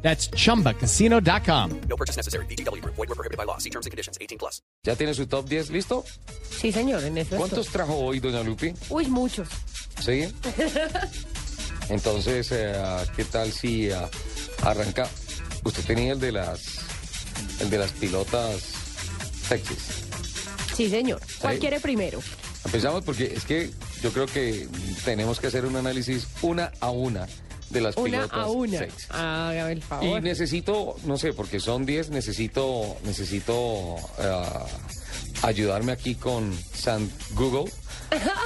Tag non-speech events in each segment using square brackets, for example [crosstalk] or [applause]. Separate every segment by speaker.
Speaker 1: That's chumbacasino.com.
Speaker 2: No purchase necessary. BGW. Void were prohibited by law. See terms and conditions. 18 plus.
Speaker 3: ¿Ya tiene su top 10 listo?
Speaker 4: Sí, señor, en eso
Speaker 3: ¿Cuántos trajo hoy, doña Lupi?
Speaker 4: estoy. Uy, muchos. [laughs]
Speaker 3: ¿Sí? Entonces, eh, ¿qué tal si ah, arranca? Usted tenía el de las el de las pilotas sexys.
Speaker 4: Sí, señor. ¿Cuál quiere primero?
Speaker 3: Empezamos porque es que yo creo que tenemos que hacer un análisis una a una de las
Speaker 4: Una
Speaker 3: pilotas
Speaker 4: a una.
Speaker 3: sexys.
Speaker 4: Hágame el
Speaker 3: Y
Speaker 4: favor.
Speaker 3: necesito, no sé, porque son 10, necesito, necesito ah, ayudarme aquí con San Google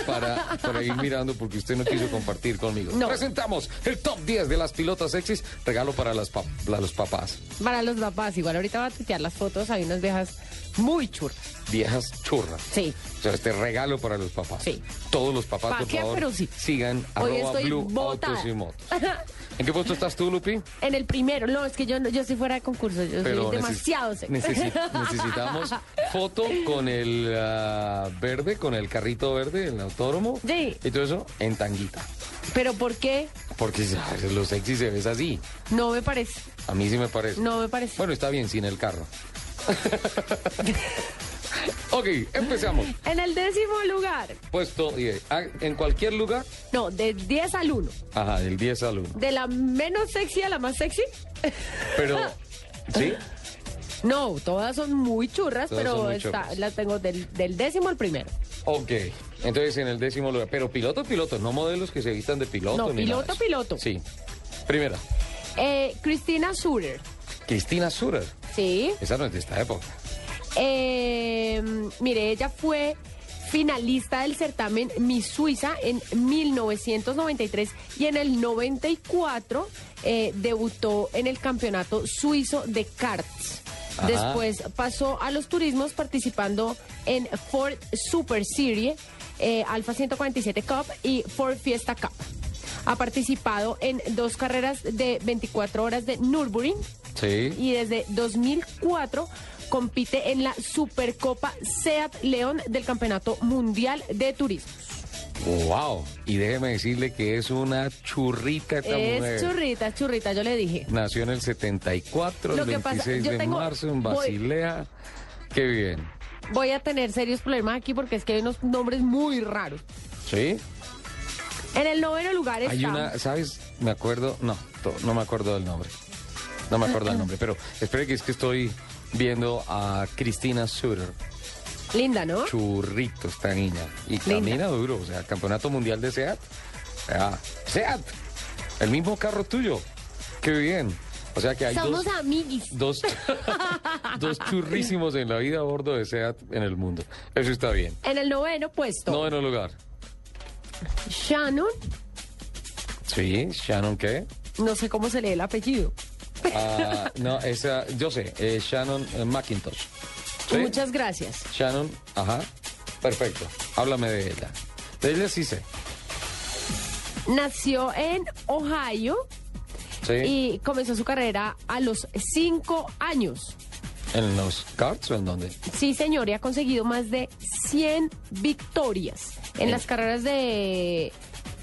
Speaker 3: para, para ir mirando porque usted no quiso compartir conmigo.
Speaker 4: No.
Speaker 3: Presentamos el top 10 de las pilotas sexys, regalo para, las pa- para los papás.
Speaker 4: Para los papás, igual ahorita va a tuitear las fotos, hay unas viejas muy churras.
Speaker 3: Viejas churras.
Speaker 4: Sí.
Speaker 3: O sea, este regalo para los papás.
Speaker 4: Sí.
Speaker 3: Todos los papás,
Speaker 4: ¿Pa'
Speaker 3: por
Speaker 4: qué?
Speaker 3: favor,
Speaker 4: Pero sí.
Speaker 3: sigan
Speaker 4: Hoy
Speaker 3: arroba
Speaker 4: estoy
Speaker 3: blue
Speaker 4: botada.
Speaker 3: autos y motos. ¿En qué punto estás tú, Lupi?
Speaker 4: [laughs] En el primero, no, es que yo, no- yo si fuera de concurso, yo
Speaker 3: Pero
Speaker 4: soy
Speaker 3: neces-
Speaker 4: demasiado sexy. [laughs]
Speaker 3: necesi- necesitamos foto con el ah, verde, con el carrito verde, el autódromo.
Speaker 4: Sí.
Speaker 3: Y todo eso en tanguita.
Speaker 4: Pero ¿por qué?
Speaker 3: Porque ¿sabes? lo sexy se ves así.
Speaker 4: No me parece.
Speaker 3: A mí sí me parece.
Speaker 4: No me parece.
Speaker 3: Bueno, está bien, sin el carro. [laughs] ok, empezamos.
Speaker 4: En el décimo lugar,
Speaker 3: Puesto 10. Ah, En cualquier lugar,
Speaker 4: no, de 10 al 1.
Speaker 3: ajá, del 10 al 1.
Speaker 4: De la menos sexy a la más sexy. [laughs]
Speaker 3: Pero, ¿sí?
Speaker 4: No, todas son muy churras,
Speaker 3: Todas
Speaker 4: pero
Speaker 3: son muy
Speaker 4: está-
Speaker 3: churras.
Speaker 4: las tengo del, del décimo al primero.
Speaker 3: Ok. Entonces en el décimo lugar. Pero piloto, piloto, no modelos que se vistan de piloto.
Speaker 4: No,
Speaker 3: ni nada
Speaker 4: piloto,
Speaker 3: de eso.
Speaker 4: piloto.
Speaker 3: Sí. Primera,
Speaker 4: Eh, Cristina Surer.
Speaker 3: Cristina Surer.
Speaker 4: Sí.
Speaker 3: Esa no es de esta época.
Speaker 4: Eh, mire, ella fue finalista del certamen Miss Suiza en 1993 y en el 94 eh, debutó en el campeonato suizo de karts.
Speaker 3: Ajá.
Speaker 4: Después pasó a los turismos participando en Ford Super Series, eh, Alfa 147 Cup y Ford Fiesta Cup. Ha participado en dos carreras de 24 horas de Nürburgring
Speaker 3: Sí.
Speaker 4: y desde 2004 compite en la Supercopa SEAT León del Campeonato Mundial de Turismo.
Speaker 3: Wow. Y déjeme decirle que es una churrita esta mujer.
Speaker 4: Es churrita, churrita, yo le dije.
Speaker 3: Nació en el 74,
Speaker 4: Lo
Speaker 3: el
Speaker 4: que pasa,
Speaker 3: 26
Speaker 4: yo
Speaker 3: de
Speaker 4: tengo-
Speaker 3: marzo en
Speaker 4: voy-
Speaker 3: Basilea. Qué bien.
Speaker 4: Voy a tener serios problemas aquí porque es que hay unos nombres muy raros.
Speaker 3: Sí.
Speaker 4: En el noveno lugar está...
Speaker 3: Hay una, ¿sabes? Me acuerdo, no, to- no me acuerdo del nombre. No me acuerdo del nombre, pero espere que es que estoy viendo a Cristina Sutter.
Speaker 4: Linda, ¿no?
Speaker 3: Churrito esta niña. Y camina duro, o sea, campeonato mundial de SEAT. Ah, SEAT, el mismo carro tuyo. Qué bien. O sea que hay
Speaker 4: Somos
Speaker 3: dos,
Speaker 4: amiguis. [laughs]
Speaker 3: dos, dos churrísimos en la vida a bordo de SEAT en el mundo. Eso está bien.
Speaker 4: En el noveno puesto,
Speaker 3: Noveno lugar.
Speaker 4: Shannon,
Speaker 3: Sí, Shannon qué?
Speaker 4: no sé cómo se lee el apellido.
Speaker 3: Ah, no, esa, yo sé, eh, Shannon eh, McIntosh. ¿Sí?
Speaker 4: Muchas gracias.
Speaker 3: Shannon, ajá. Perfecto. Háblame de ella. De ella sí sé.
Speaker 4: Nació en Ohio
Speaker 3: Sí.
Speaker 4: y comenzó su carrera a los cinco años.
Speaker 3: ¿En los carts o en dónde?
Speaker 4: Sí, señor, y ha conseguido más de 100 victorias en las carreras de...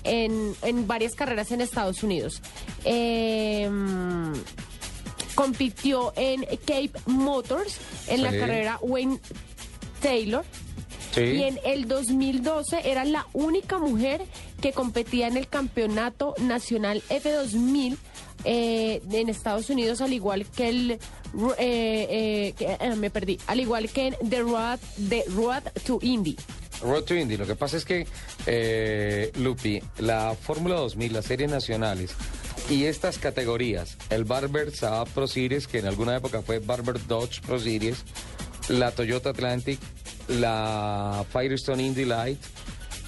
Speaker 4: En, en varias carreras en Estados Unidos. Em, compitió en Cape Motors, en la
Speaker 3: Sí.
Speaker 4: carrera Wayne Taylor.
Speaker 3: Sí.
Speaker 4: Y en el 2012 era la única mujer que competía en el Campeonato Nacional F2000 eh, en Estados Unidos, al igual que el. ru- eh, eh, que, eh, me perdí. Al igual que en The Road, The Road to Indy.
Speaker 3: Road to Indy. Lo que pasa es que, eh, Lupi, la Fórmula 2000, las series nacionales y estas categorías, el Barber Saab Pro Series, que en alguna época fue Barber Dodge Pro Series, la Toyota Atlantic, la Firestone Indy Light,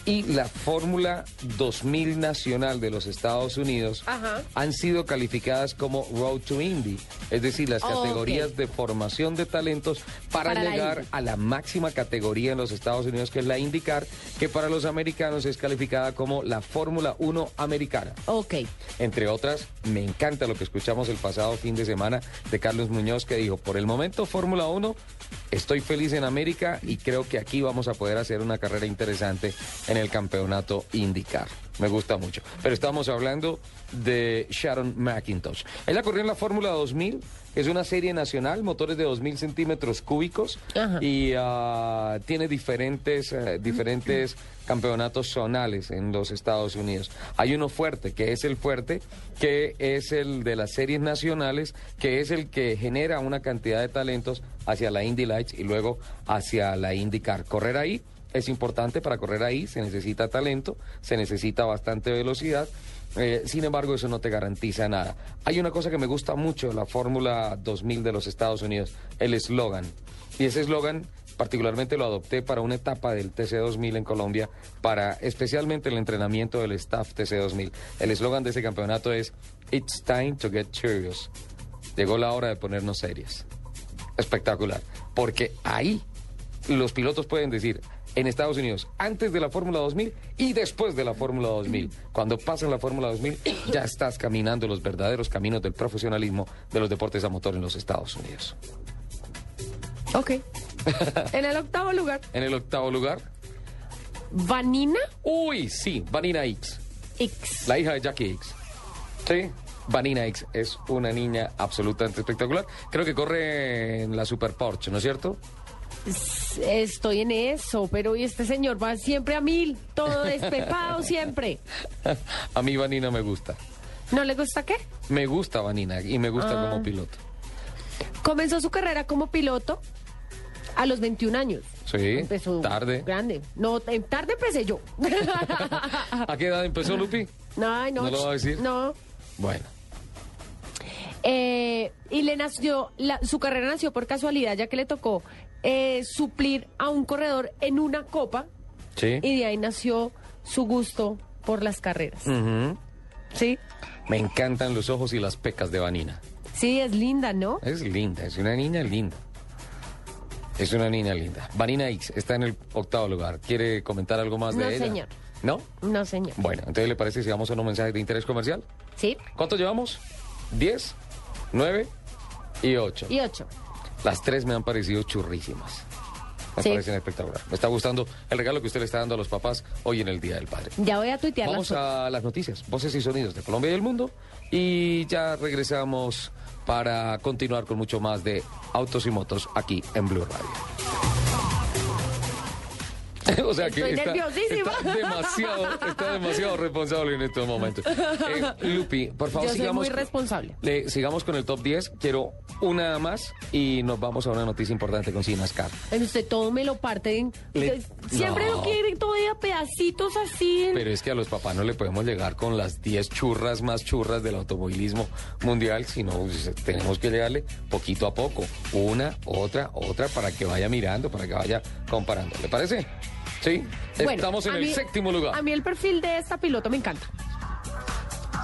Speaker 3: y la Fórmula 2000 Nacional de los Estados Unidos
Speaker 4: Ajá.
Speaker 3: han sido calificadas como Road to Indy, es decir, las
Speaker 4: Oh,
Speaker 3: categorías
Speaker 4: ok.
Speaker 3: de formación de talentos para,
Speaker 4: Para la
Speaker 3: llegar
Speaker 4: Indy.
Speaker 3: a la máxima categoría en los Estados Unidos, que es la IndyCar, que para los americanos es calificada como la Fórmula 1 americana.
Speaker 4: Ok.
Speaker 3: Entre otras, me encanta lo que escuchamos el pasado fin de semana de Carlos Muñoz que dijo, por el momento Fórmula 1, estoy feliz en América y creo que aquí vamos a poder hacer una carrera interesante en el campeonato IndyCar. Me gusta mucho. Pero estamos hablando de Sharon McIntosh. Ella corrió en la Fórmula 2000, que es una serie nacional, motores de 2.000 centímetros cúbicos
Speaker 4: Ajá.
Speaker 3: y ah, tiene diferentes, eh, diferentes campeonatos zonales en los Estados Unidos. Hay uno fuerte, que es el fuerte, que es el de las series nacionales, que es el que genera una cantidad de talentos hacia la Indy Lights y luego hacia la IndyCar. Correr ahí es importante, para correr ahí se necesita talento, se necesita bastante velocidad. Eh, sin embargo, eso no te garantiza nada. Hay una cosa que me gusta mucho de la Fórmula 2000 de los Estados Unidos, el eslogan. Y ese eslogan particularmente lo adopté para una etapa del TC2000 en Colombia, para especialmente el entrenamiento del staff TC2000. El eslogan de ese campeonato es It's time to get serious. Llegó la hora de ponernos serios. Espectacular, porque ahí los pilotos pueden decir en Estados Unidos, antes de la Fórmula 2000 y después de la Fórmula 2000. Cuando pasan la Fórmula 2000, ya estás caminando los verdaderos caminos del profesionalismo de los deportes a motor en los Estados Unidos.
Speaker 4: Ok. [laughs] en el octavo lugar,
Speaker 3: En el octavo lugar,
Speaker 4: Vanina
Speaker 3: Uy, sí, Vanina X,
Speaker 4: X.
Speaker 3: la hija de Jackie X. Sí, Vanina X es una niña absolutamente espectacular. Creo que corre en la Super Porsche, ¿no es cierto? [laughs]
Speaker 4: Estoy en eso, pero y este señor va siempre a mil, todo despepado siempre.
Speaker 3: A mí Vanina me gusta.
Speaker 4: ¿No le gusta qué?
Speaker 3: Me gusta Vanina y me gusta
Speaker 4: Ah.
Speaker 3: como piloto.
Speaker 4: Comenzó su carrera como piloto a los 21 años.
Speaker 3: Sí,
Speaker 4: Empezó
Speaker 3: tarde.
Speaker 4: Grande. No, eh, tarde
Speaker 3: [laughs]
Speaker 4: empecé yo. Ah.
Speaker 3: ¿A qué edad empezó Lupi?
Speaker 4: Ay, no,
Speaker 3: ¿No lo va a decir?
Speaker 4: No.
Speaker 3: Bueno.
Speaker 4: Eh, y le nació, la- su carrera nació por casualidad, ya que le tocó eh, suplir a un corredor en una copa
Speaker 3: Sí.
Speaker 4: y de ahí nació su gusto por las carreras.
Speaker 3: Ujú.
Speaker 4: Sí,
Speaker 3: Me encantan los ojos y las pecas de Vanina.
Speaker 4: sí, es linda, ¿no?
Speaker 3: Es linda, es una niña linda. Es una niña linda. Vanina X está en el octavo lugar. ¿Quiere comentar algo más
Speaker 4: No,
Speaker 3: de ella?
Speaker 4: señor.
Speaker 3: ¿No?
Speaker 4: No, señor.
Speaker 3: Bueno, entonces le parece si vamos a unos mensajes de interés comercial.
Speaker 4: Sí,
Speaker 3: ¿Cuánto llevamos? 10, 9 y 8.
Speaker 4: y ocho.
Speaker 3: Las tres me han parecido churrísimas. Me
Speaker 4: Sí.
Speaker 3: parecen espectacular. Me está gustando el regalo que usted le está dando a los papás hoy en el Día del Padre.
Speaker 4: Ya voy a tuitear las
Speaker 3: Vamos
Speaker 4: fotos.
Speaker 3: a las noticias, voces y sonidos de Colombia y del mundo. Y ya regresamos para continuar con mucho más de autos y motos aquí en Blue Radio. [laughs] O sea que
Speaker 4: Estoy
Speaker 3: está,
Speaker 4: nerviosísima.
Speaker 3: está demasiado, está demasiado responsable en estos momentos. Eh, Lupi, por favor,
Speaker 4: Yo soy
Speaker 3: sigamos.
Speaker 4: muy
Speaker 3: con-
Speaker 4: responsable.
Speaker 3: le- sigamos con el top 10. Quiero una más y nos vamos a una noticia importante con Sinascar.
Speaker 4: Ay, Usted todo me lo parte en...
Speaker 3: Le-
Speaker 4: Siempre
Speaker 3: No.
Speaker 4: lo quieren todo de a pedacitos así. en-
Speaker 3: Pero es que a los papás no le podemos llegar con las 10 churras más churras del automovilismo mundial, sino pues, tenemos que llegarle poquito a poco, una, otra, otra, para que vaya mirando, para que vaya comparando. ¿Le parece? Sí,
Speaker 4: Bueno,
Speaker 3: estamos en
Speaker 4: a
Speaker 3: el
Speaker 4: mí-
Speaker 3: séptimo lugar.
Speaker 4: A mí el perfil de esta piloto me encanta.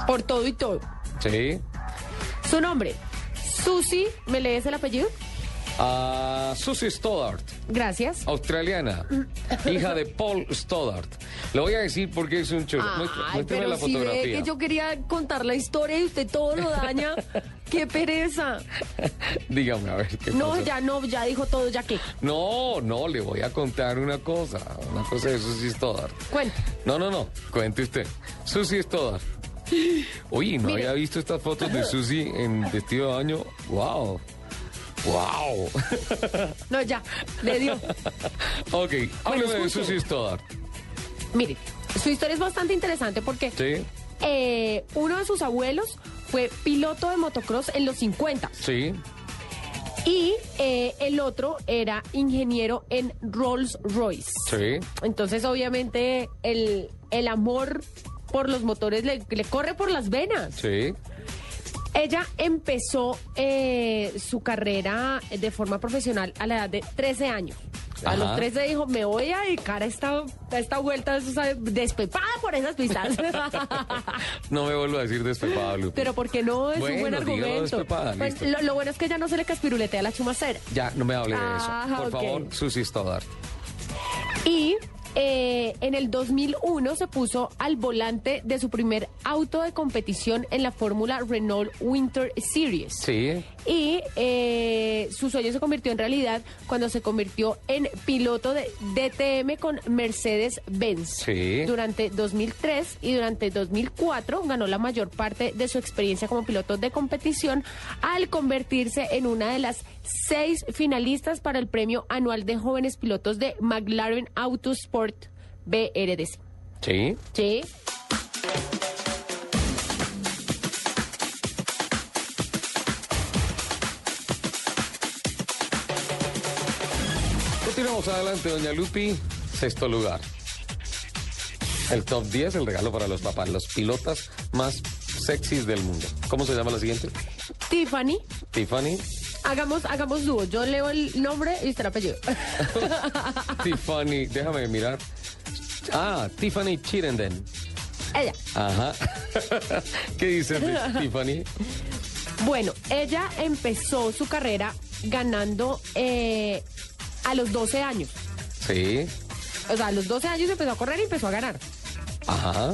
Speaker 4: Por todo y todo.
Speaker 3: Sí.
Speaker 4: Su nombre, Susi, ¿me lees el apellido?
Speaker 3: A Susie Stoddard,
Speaker 4: Gracias.
Speaker 3: australiana,
Speaker 4: Mm.
Speaker 3: hija de Paul Stoddard. Le voy a decir por qué es un churro. Muestra-
Speaker 4: Ay,
Speaker 3: muéstrame
Speaker 4: pero
Speaker 3: la
Speaker 4: si ve
Speaker 3: fotografía.
Speaker 4: que yo quería contar la historia y usted todo lo daña. ¡Qué pereza!
Speaker 3: [laughs] Dígame, a ver qué
Speaker 4: No,
Speaker 3: pasa.
Speaker 4: ya no, ya dijo todo, ya qué.
Speaker 3: No, no, le voy a contar una cosa. Una cosa de Susie Stoddard.
Speaker 4: Cuenta.
Speaker 3: No, no, no. Cuente usted. Susie Stoddard. Oye, no
Speaker 4: Mire.
Speaker 3: había visto estas fotos de Susie en vestido de baño. ¡Wow!
Speaker 4: [laughs]
Speaker 3: ¡Wow!
Speaker 4: No, ya,
Speaker 3: [laughs]
Speaker 4: le dio.
Speaker 3: ok, hábleme de
Speaker 4: escuche.
Speaker 3: Susie Stoddard.
Speaker 4: Mire, su historia es bastante interesante porque
Speaker 3: Sí,
Speaker 4: eh, uno de sus abuelos fue piloto de motocross en los 50.
Speaker 3: sí.
Speaker 4: Y eh, el otro era ingeniero en Rolls Royce.
Speaker 3: Sí.
Speaker 4: Entonces, obviamente, el, el amor por los motores le, le corre por las venas.
Speaker 3: Sí,
Speaker 4: Ella empezó eh, su carrera de forma profesional a la edad de 13 años. A
Speaker 3: Ajá.
Speaker 4: los 13 dijo, me voy a dedicar a esta, a esta vuelta o sea, despepada por esas pistas.
Speaker 3: [laughs] No me vuelvo a decir despepado, Lupi.
Speaker 4: Ah. Pero porque no es un
Speaker 3: Bueno,
Speaker 4: buen
Speaker 3: dígalo
Speaker 4: argumento.
Speaker 3: despepada,
Speaker 4: Pues,
Speaker 3: listo.
Speaker 4: lo, lo bueno es que ya no se le caspiruletea la chumacera.
Speaker 3: Ya, no me hable de eso.
Speaker 4: Ajá,
Speaker 3: Por
Speaker 4: Ah, ok.
Speaker 3: favor, Susi Stoddard.
Speaker 4: Y eh, en el 2001 se puso al volante de su primer auto de competición en la Fórmula Renault Winter Series.
Speaker 3: Sí.
Speaker 4: Y eh, su sueño se convirtió en realidad cuando se convirtió en piloto de DTM con Mercedes-Benz.
Speaker 3: Sí.
Speaker 4: Durante 2003 y durante 2004 ganó la mayor parte de su experiencia como piloto de competición al convertirse en una de las seis finalistas para el premio anual de jóvenes pilotos de McLaren Autosport BRDC.
Speaker 3: Sí.
Speaker 4: Sí.
Speaker 3: Continuamos adelante, doña Lupi. Sexto lugar. El top 10, el regalo para los papás. Los pilotas más sexys del mundo. ¿Cómo se llama la siguiente?
Speaker 4: Tiffany,
Speaker 3: Tiffany.
Speaker 4: hagamos, hagamos dúo. Yo leo el nombre y usted el apellido. [laughs]
Speaker 3: Tiffany, déjame mirar. Ah, Tiffany Chirenden.
Speaker 4: Ella.
Speaker 3: Ajá. [laughs] ¿Qué dices de Tiffany?
Speaker 4: Bueno, ella empezó su carrera ganando eh, a los 12 años.
Speaker 3: Sí.
Speaker 4: O sea, a los 12 años empezó a correr y empezó a ganar.
Speaker 3: Ajá.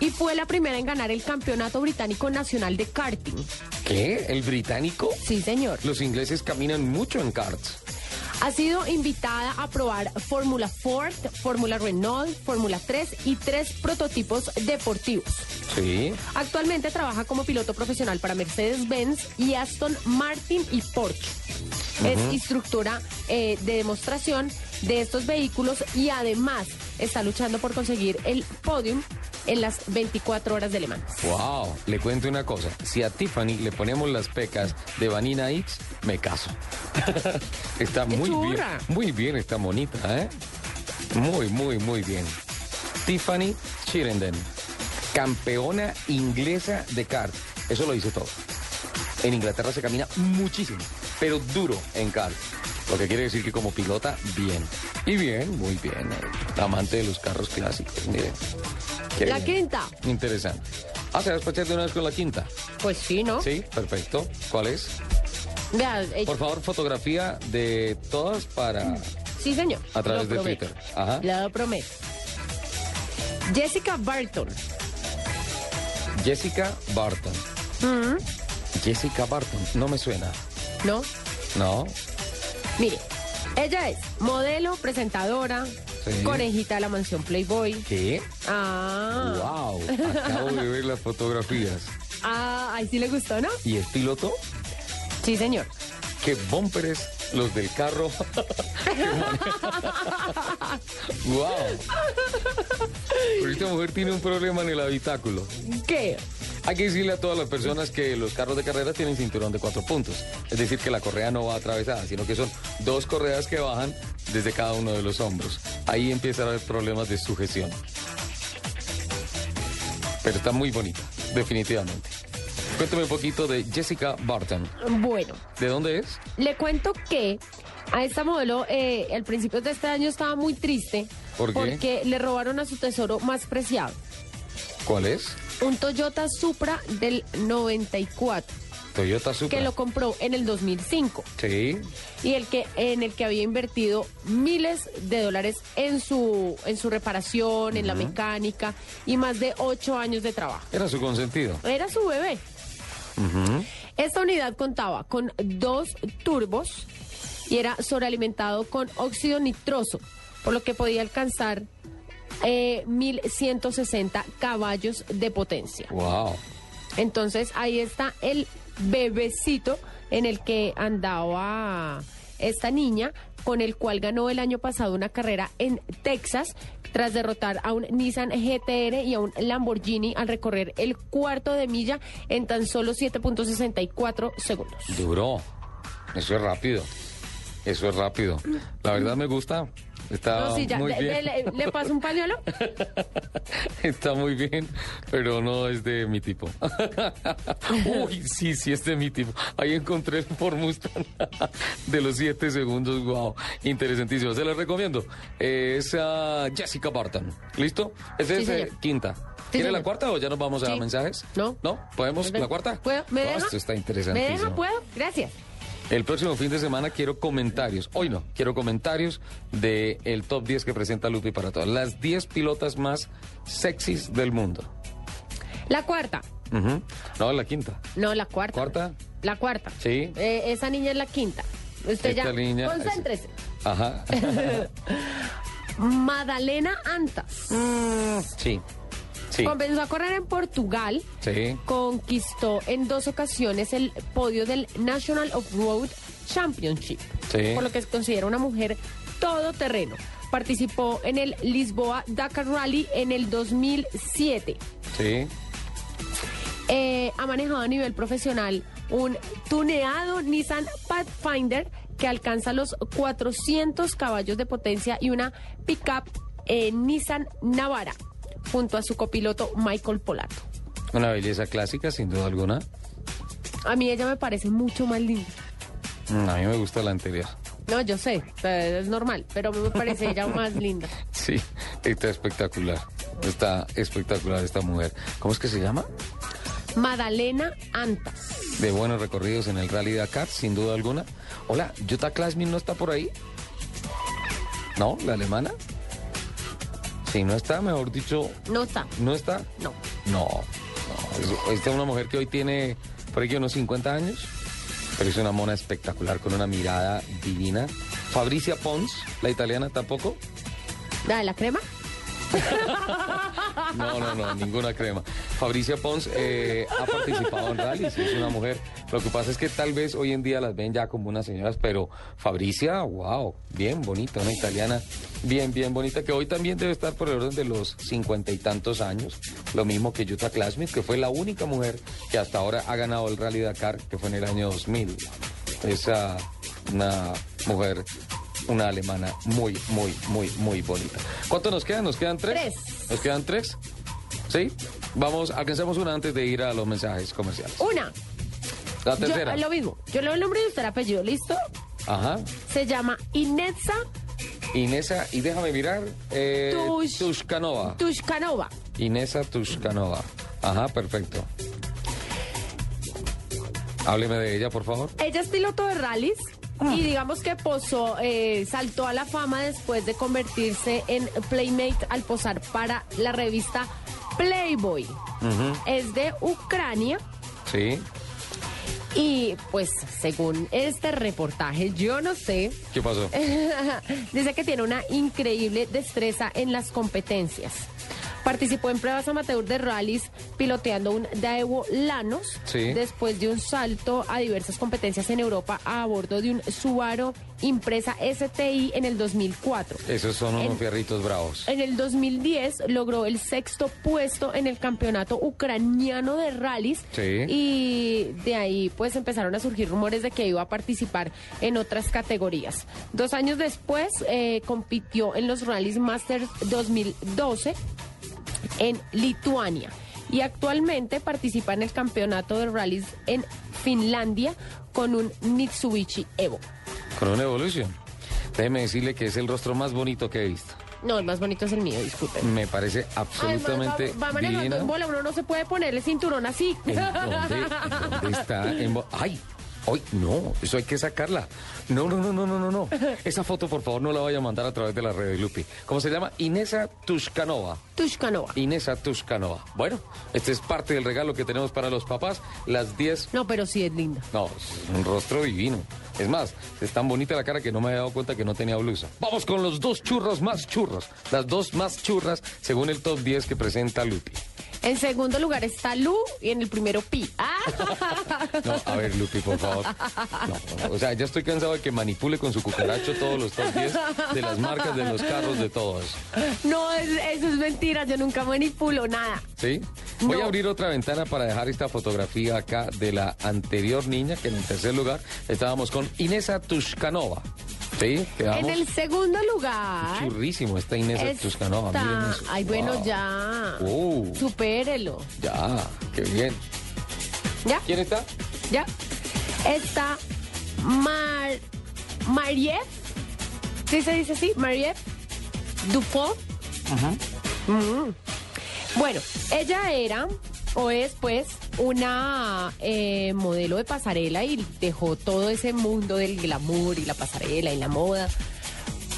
Speaker 4: Y fue la primera en ganar el Campeonato Británico Nacional de Karting.
Speaker 3: ¿Qué? ¿El británico?
Speaker 4: Sí, señor.
Speaker 3: Los ingleses caminan mucho en karts.
Speaker 4: Ha sido invitada a probar Fórmula Ford, Fórmula Renault, Fórmula 3 y tres prototipos deportivos.
Speaker 3: Sí.
Speaker 4: Actualmente trabaja como piloto profesional para Mercedes-Benz y Aston Martin y Porsche. Es instructora eh, de demostración de estos vehículos y además está luchando por conseguir el podium en las 24 horas de Le Mans.
Speaker 3: Wow. Le cuento una cosa. Si a Tiffany le ponemos las pecas de Vanina X, me caso. [laughs] está
Speaker 4: ¡Qué
Speaker 3: muy bien.
Speaker 4: churra!
Speaker 3: Muy bien está monita, ¿eh? Muy, muy, muy bien. Tiffany Chirenden. Campeona inglesa de kart. Eso lo dice todo. En Inglaterra se camina muchísimo, pero duro en kart. Lo que quiere decir que como pilota, bien. Y bien, muy bien. eh. Amante de los carros clásicos, miren. Qué
Speaker 4: La
Speaker 3: bien.
Speaker 4: quinta.
Speaker 3: Interesante. Ah, se va a despachar de una vez con la quinta.
Speaker 4: Pues sí, ¿no?
Speaker 3: Sí, perfecto. ¿Cuál es?
Speaker 4: Vea, eh,
Speaker 3: Por favor, fotografía de todas
Speaker 4: Mm.
Speaker 3: para...
Speaker 4: sí, señor.
Speaker 3: A través
Speaker 4: Lo
Speaker 3: de
Speaker 4: prometo.
Speaker 3: Twitter. Ajá.
Speaker 4: Lo prometo. Jessica Barton.
Speaker 3: Jessica Barton.
Speaker 4: Mm.
Speaker 3: Jessica Barton, no me suena.
Speaker 4: ¿No?
Speaker 3: No.
Speaker 4: Mire, ella es modelo, presentadora,
Speaker 3: Sí.
Speaker 4: conejita de la mansión Playboy.
Speaker 3: ¿Qué?
Speaker 4: Ah,
Speaker 3: ¡Wow! Acabo de ver las fotografías.
Speaker 4: ah, ahí sí le gustó, ¿no?
Speaker 3: ¿Y el piloto?
Speaker 4: Sí, señor.
Speaker 3: ¡Qué bumperes los del carro! [laughs] ¡Wow! Pero esta mujer tiene un problema en el habitáculo.
Speaker 4: ¿Qué?
Speaker 3: Hay que decirle a todas las personas que los carros de carrera tienen cinturón de cuatro puntos. Es decir, que la correa no va atravesada, sino que son dos correas que bajan desde cada uno de los hombros. Ahí empiezan a haber problemas de sujeción. Pero está muy bonita, definitivamente. Cuéntame un poquito de Jessica Barton.
Speaker 4: Bueno,
Speaker 3: ¿De dónde es?
Speaker 4: le cuento que a esta modelo eh, al principio de este año estaba muy triste
Speaker 3: ¿Por qué?
Speaker 4: porque le robaron a su tesoro más preciado,
Speaker 3: ¿Cuál es?
Speaker 4: un Toyota Supra del 94,
Speaker 3: Toyota
Speaker 4: que
Speaker 3: Supra.
Speaker 4: lo compró en el 2005
Speaker 3: Sí.
Speaker 4: y el que en el que había invertido miles de dólares en su en su reparación, en la mecánica y más de ocho años de trabajo.
Speaker 3: Era su consentido.
Speaker 4: Era su bebé. Esta unidad contaba con dos turbos y era sobrealimentado con óxido nitroso, por lo que podía alcanzar eh, 1160 caballos de potencia.
Speaker 3: ¡Wow!
Speaker 4: Entonces ahí está el bebecito en el que andaba esta niña, con el cual ganó el año pasado una carrera en Texas tras derrotar a un Nissan GTR y a un Lamborghini al recorrer el cuarto de milla en tan solo 7.64 segundos.
Speaker 3: Duró. Eso es rápido. Eso es rápido. La verdad me gusta. Está
Speaker 4: no, sí, ya.
Speaker 3: Ah, muy
Speaker 4: de-
Speaker 3: bien.
Speaker 4: de- le, le paso un pañuelo?
Speaker 3: [laughs] Está muy bien, pero no es de mi tipo. [laughs] Uy, sí, sí es de mi tipo. Ahí encontré el Ford Mustang [laughs] de los 7 segundos. Wow, interesantísimo. Se lo recomiendo. Eh, Es a Jessica Barton. ¿Listo? Esa
Speaker 4: Sí,
Speaker 3: es eh,
Speaker 4: señor.
Speaker 3: quinta. ¿Quiere la
Speaker 4: señor.
Speaker 3: cuarta o ya nos vamos a
Speaker 4: Sí.
Speaker 3: mensajes?
Speaker 4: No.
Speaker 3: ¿No? ¿Podemos la cuarta?
Speaker 4: ¿Puedo? ¿Me
Speaker 3: No,
Speaker 4: deja?
Speaker 3: esto está
Speaker 4: ¿Me
Speaker 3: interesantísimo.
Speaker 4: deja? ¿Puedo? Gracias.
Speaker 3: El próximo fin de semana quiero comentarios. Hoy no, quiero comentarios del el top 10 que presenta Lupi para todas. Las 10 pilotas más sexys del mundo.
Speaker 4: La cuarta.
Speaker 3: Ujú. No, la quinta.
Speaker 4: No, la cuarta.
Speaker 3: ¿Cuarta?
Speaker 4: La cuarta.
Speaker 3: Sí.
Speaker 4: Eh, esa niña es la quinta. Usted
Speaker 3: Esta
Speaker 4: ya.
Speaker 3: niña-
Speaker 4: Concéntrese. [laughs]
Speaker 3: Ajá.
Speaker 4: Madalena Antas
Speaker 3: Sí. Sí.
Speaker 4: comenzó a correr en Portugal.
Speaker 3: Sí.
Speaker 4: Conquistó en dos ocasiones el podio del National Off-Road Championship.
Speaker 3: Sí.
Speaker 4: Por lo que se considera una mujer todoterreno. Participó en el Lisboa Dakar Rally en el 2007.
Speaker 3: Sí.
Speaker 4: Eh, ha manejado a nivel profesional un tuneado Nissan Pathfinder que alcanza los 400 caballos de potencia y una pickup eh, Nissan Navara junto a su copiloto Michael Polato.
Speaker 3: Una belleza clásica, sin duda alguna.
Speaker 4: A mí ella me parece mucho más linda.
Speaker 3: Mm, A mí me gusta la anterior. [laughs]
Speaker 4: No, yo sé, o sea, es normal, pero me parece [laughs] ella más linda.
Speaker 3: Sí, está espectacular. Está espectacular esta mujer. ¿Cómo es que se llama?
Speaker 4: Madalena Antas.
Speaker 3: De buenos recorridos en el Rally Dakar, sin duda alguna. Hola, Jutta Klasmin no está por ahí. ¿No? ¿La alemana? Si no está, mejor dicho,
Speaker 4: No está.
Speaker 3: ¿no está?
Speaker 4: No.
Speaker 3: No, no. es- Esta es una mujer que hoy tiene por aquí unos 50 años, pero es una mona espectacular con una mirada divina. Fabricia Pons, la italiana tampoco.
Speaker 4: ¿La de la crema?
Speaker 3: No, no, no, ninguna crema. Fabricia Pons eh, ha participado en rallies, es una mujer. Lo que pasa es que tal vez hoy en día las ven ya como unas señoras, pero Fabricia, wow, bien bonita, una italiana bien, bien bonita, que hoy también debe estar por el orden de los cincuenta y tantos años. Lo mismo que Jutta Klasmith, que fue la única mujer que hasta ahora ha ganado el Rally Dakar, que fue en el año 2000. Esa, ah, una mujer. Una alemana muy, muy, muy, muy bonita. ¿Cuánto nos quedan? ¿Nos quedan tres?
Speaker 4: Tres.
Speaker 3: ¿Nos quedan tres? ¿Sí? Vamos, alcancemos una antes de ir a los mensajes comerciales.
Speaker 4: Una.
Speaker 3: La
Speaker 4: Yo-
Speaker 3: tercera.
Speaker 4: lo mismo. Yo leo el nombre y usted el apellido, ¿listo?
Speaker 3: Ajá.
Speaker 4: Se llama Inetza
Speaker 3: Inesa, y déjame mirar. Eh,
Speaker 4: Tush-
Speaker 3: Tushkanova.
Speaker 4: Tushkanova.
Speaker 3: Inesa Tushkanova. Ajá, perfecto. Hábleme de ella, por favor.
Speaker 4: Ella es piloto de rallies y digamos que posó, eh, saltó a la fama después de convertirse en Playmate al posar para la revista Playboy. Es de Ucrania
Speaker 3: Sí.
Speaker 4: y pues según este reportaje, yo no sé,
Speaker 3: ¿Qué pasó?
Speaker 4: Eh, dice que tiene una increíble destreza en las competencias. Participó en pruebas amateur de rallies piloteando un Daewoo Lanos
Speaker 3: Sí.
Speaker 4: después de un salto a diversas competencias en Europa a bordo de un Subaru Impresa STI en el 2004.
Speaker 3: Esos son unos
Speaker 4: En- eh.
Speaker 3: fierritos bravos.
Speaker 4: En el 2010 logró el sexto puesto en el campeonato ucraniano de rallies
Speaker 3: Sí.
Speaker 4: y de ahí pues empezaron a surgir rumores de que iba a participar en otras categorías. Dos años después eh, compitió en los Rallies Masters 2012 en Lituania y actualmente participa en el campeonato de rallies en Finlandia con un Mitsubishi Evo.
Speaker 3: Con una evolución. Déjeme decirle que es el rostro más bonito que he visto.
Speaker 4: No, el más bonito es el mío, disculpen.
Speaker 3: Me parece
Speaker 4: Además,
Speaker 3: absolutamente
Speaker 4: va, va manejando
Speaker 3: divino.
Speaker 4: en bola, uno no se puede ponerle cinturón así.
Speaker 3: ¿En dónde, en dónde está? En bo- ¡Ay! ¡Ay! No, eso hay que sacarla. No, no, no, no, no, no, no. Esa foto, por favor, no la vaya a mandar a través de la red de Lupi. ¿Cómo se llama? Inesa Tushkanova.
Speaker 4: Tushkanova.
Speaker 3: Inesa Tushkanova. Bueno, este es parte del regalo que tenemos para los papás. Las 10.
Speaker 4: No, pero sí es linda.
Speaker 3: No, es un rostro divino. Es más, es tan bonita la cara que no me había dado cuenta que no tenía blusa. Vamos con los dos churros más churros. Las dos más churras según el top 10 que presenta Lupi.
Speaker 4: En segundo lugar está Lu y en el primero Pi. Ah. [laughs]
Speaker 3: No, a ver, Lupi, por favor. No, no, o sea, ya estoy cansado de que manipule con su cucaracho todos los top 10 de las marcas, de los carros, de todos.
Speaker 4: No, es- eso es mentira, yo nunca manipulo nada.
Speaker 3: ¿Sí? Voy
Speaker 4: No.
Speaker 3: a abrir otra ventana para dejar esta fotografía acá de la anterior niña, que en el tercer lugar estábamos con Inesa Tushkanova. Sí, quedamos
Speaker 4: En el segundo lugar.
Speaker 3: churrísimo esta Inés
Speaker 4: está-
Speaker 3: Chuscanova. miren eso.
Speaker 4: Ay, bueno,
Speaker 3: Wow. Oh.
Speaker 4: ya.
Speaker 3: Wow.
Speaker 4: Supérelo.
Speaker 3: Ya, qué bien.
Speaker 4: ¿Ya?
Speaker 3: ¿Quién está?
Speaker 4: ¿Ya? Está Mar... Mariev. ¿Sí se dice así? Mariev Dupont. Mm. Bueno, ella era o es pues una eh, modelo de pasarela y dejó todo ese mundo del glamour y la pasarela y la moda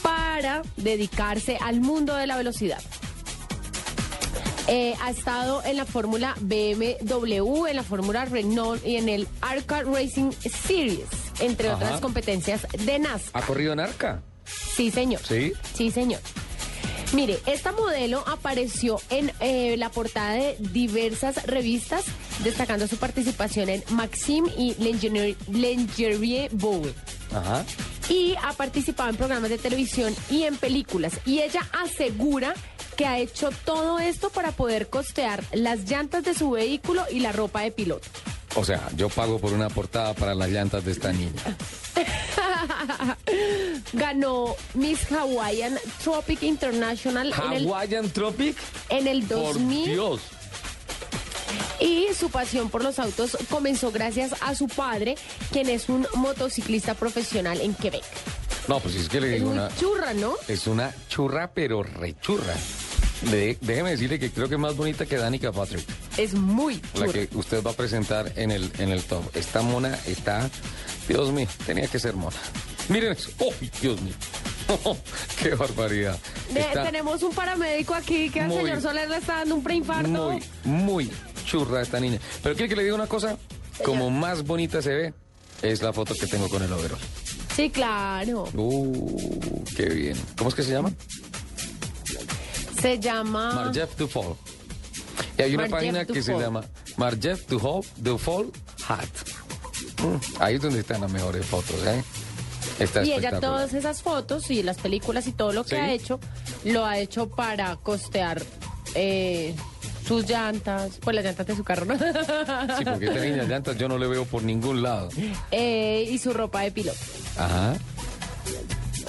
Speaker 4: para dedicarse al mundo de la velocidad. Eh, ha estado en la Fórmula BMW, en la Fórmula Renault y en el Arca Racing Series, entre
Speaker 3: Ajá.
Speaker 4: otras competencias de NASCAR.
Speaker 3: ¿Ha corrido en arca?
Speaker 4: Sí, señor.
Speaker 3: Sí.
Speaker 4: Sí, señor. Mire, esta modelo apareció en eh, la portada de diversas revistas, destacando su participación en Maxim y L'Ingenier- L'Ingenier Bowl.
Speaker 3: Ajá.
Speaker 4: Y ha participado en programas de televisión y en películas. Y ella asegura que ha hecho todo esto para poder costear las llantas de su vehículo y la ropa de piloto.
Speaker 3: O sea, yo pago por una portada para las llantas de esta niña.
Speaker 4: Ganó Miss Hawaiian Tropic International en el,
Speaker 3: Hawaiian Tropic.
Speaker 4: en el
Speaker 3: Por
Speaker 4: 2000.
Speaker 3: Dios.
Speaker 4: Y su pasión por los autos comenzó gracias a su padre, quien es un motociclista profesional en Quebec.
Speaker 3: No, pues es que le
Speaker 4: Es
Speaker 3: digo
Speaker 4: muy
Speaker 3: una.
Speaker 4: churra, ¿no?
Speaker 3: Es una churra, pero rechurra. De- déjeme decirle que creo que es más bonita que Danica Patrick,
Speaker 4: Es muy
Speaker 3: la
Speaker 4: churra.
Speaker 3: que usted va a presentar en el, en el top. Esta mona está. Dios mío, tenía que ser mona. Miren eso. ¡Oh, Dios mío! [laughs] Oh, ¡Qué barbaridad!
Speaker 4: Ve,
Speaker 3: Está
Speaker 4: tenemos un paramédico aquí que al
Speaker 3: Muy-
Speaker 4: señor Soler le está dando un preinfarto.
Speaker 3: muy, muy churra esta niña. Pero quiere que le diga una cosa: como más bonita se ve, es la foto que tengo con el overol.
Speaker 4: Sí, claro.
Speaker 3: ¡Uh, qué bien! ¿Cómo es que se llama?
Speaker 4: Se llama...
Speaker 3: Marjeff Dufour. Y hay una
Speaker 4: Ah. Marjeff
Speaker 3: página que se
Speaker 4: Dufour.
Speaker 3: llama Marjeff Dufour, Dufour Hat. Mm, Ahí es donde están las mejores fotos, ¿eh? Está
Speaker 4: Y ella
Speaker 3: espectacular.
Speaker 4: todas esas fotos y las películas y todo lo
Speaker 3: Sí.
Speaker 4: que ha hecho, lo ha hecho para costear eh, sus llantas, pues las llantas de su carro, ¿no? [laughs]
Speaker 3: Sí, porque esta niña llantas yo no le veo por ningún lado.
Speaker 4: Eh, y su ropa de piloto.
Speaker 3: Ajá.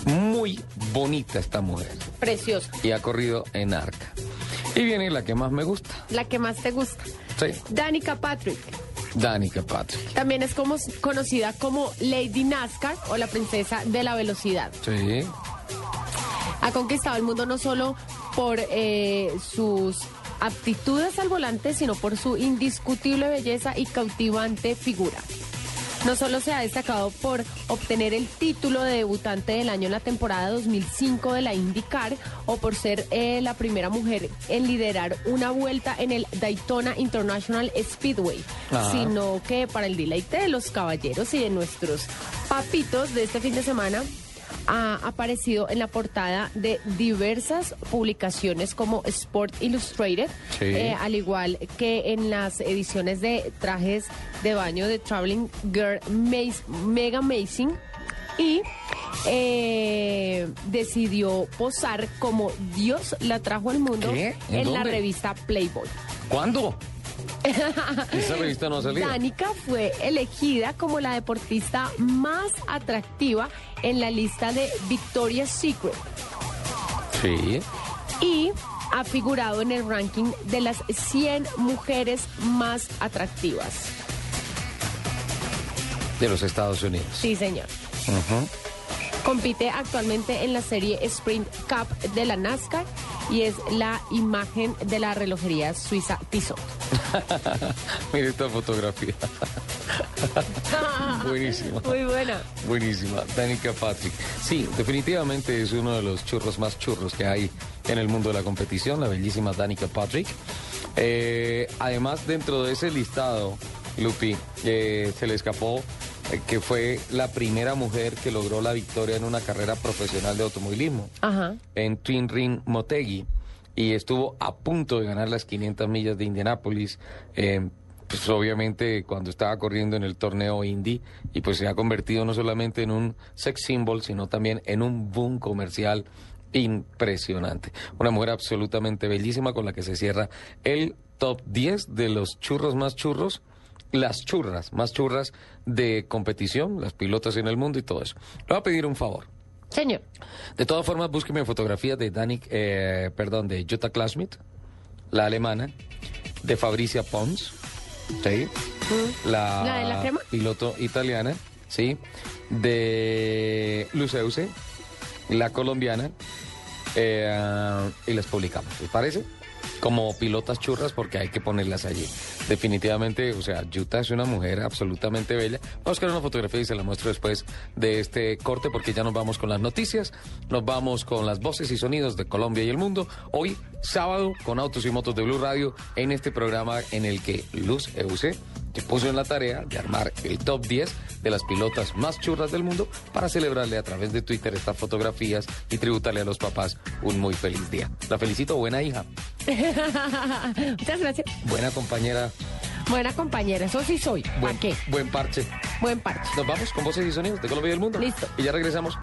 Speaker 3: Muy bonita esta mujer.
Speaker 4: Preciosa.
Speaker 3: Y ha corrido en arca. Y viene la que más me gusta.
Speaker 4: La que más te gusta.
Speaker 3: Sí,
Speaker 4: Danica Patrick.
Speaker 3: Danica Patrick.
Speaker 4: También es como, conocida como Lady NASCAR o la princesa de la velocidad.
Speaker 3: Sí.
Speaker 4: Ha conquistado el mundo no solo por eh, sus aptitudes al volante, sino por su indiscutible belleza y cautivante figura. No solo se ha destacado por obtener el título de debutante del año en la temporada 2005 de la IndyCar o por ser eh, la primera mujer en liderar una vuelta en el Daytona International Speedway,
Speaker 3: Ajá.
Speaker 4: sino que para el deleite de los caballeros y de nuestros papitos de este fin de semana ha aparecido en la portada de diversas publicaciones como Sport Illustrated,
Speaker 3: Sí.
Speaker 4: eh, al igual que en las ediciones de trajes de baño de Traveling Girl Maze- Mega Amazing y eh, decidió posar como Dios la trajo al mundo
Speaker 3: ¿Qué?
Speaker 4: en,
Speaker 3: ¿En
Speaker 4: la
Speaker 3: dónde?
Speaker 4: revista Playboy. [laughs]
Speaker 3: ¿Cuándo? Esa revista no ha salido.
Speaker 4: Danica fue elegida como la deportista más atractiva en la lista de Victoria's Secret
Speaker 3: Sí.
Speaker 4: y ha figurado en el ranking de las 100 mujeres más atractivas.
Speaker 3: De los Estados [laughs] Unidos.
Speaker 4: Sí, señor.
Speaker 3: Ujú.
Speaker 4: Compite actualmente en la serie Sprint Cup de la NASCAR y es la imagen de la relojería suiza Tissot.
Speaker 3: Mira esta fotografía. Buenísima.
Speaker 4: Muy buena.
Speaker 3: Buenísima, Danica Patrick. Sí, definitivamente es uno de los churros más churros que hay en el mundo de la competición, la bellísima Danica Patrick. Eh, además, dentro de ese listado, Lupi, eh, se le escapó eh, que fue la primera mujer que logró la victoria en una carrera profesional de automovilismo
Speaker 4: Ajá.
Speaker 3: en Twin Ring Motegi y estuvo a punto de ganar las 500 millas de Indianápolis. eh, pues obviamente cuando estaba corriendo en el torneo Indy y pues se ha convertido no solamente en un sex symbol, sino también en un boom comercial impresionante. Una mujer absolutamente bellísima con la que se cierra el top 10 de los churros más churros las churras, más churras de competición, las pilotas en el mundo y todo eso. Le voy a pedir un favor.
Speaker 4: Señor.
Speaker 3: De todas formas, búsqueme fotografías de Dani, eh, perdón, de Jutta Klasmit, la alemana, de Fabricia Pons, ¿sí? La,
Speaker 4: Mm. ¿La de la crema?
Speaker 3: piloto italiana, ¿sí? De Luceuse, la colombiana, eh, y las publicamos, ¿les parece? Como pilotas churras porque hay que ponerlas allí. Definitivamente, o sea, Yuta es una mujer absolutamente bella. Vamos a buscar una fotografía y se la muestro después de este corte porque ya nos vamos con las noticias, nos vamos con las voces y sonidos de Colombia y el mundo. Hoy, sábado, con Autos y Motos de Blue Radio, en este programa en el que Luz EUC se puso en la tarea de armar el top 10 de las pilotas más churras del mundo para celebrarle a través de Twitter estas fotografías y tributarle a los papás un muy feliz día. La felicito, buena hija,
Speaker 4: Muchas gracias.
Speaker 3: buena compañera,
Speaker 4: Buena compañera, eso sí soy. ¿Para
Speaker 3: buen,
Speaker 4: qué?
Speaker 3: buen parche.
Speaker 4: Buen parche.
Speaker 3: Nos vamos con voces y sonidos de Colombia y el mundo.
Speaker 4: Listo.
Speaker 3: Y ya regresamos.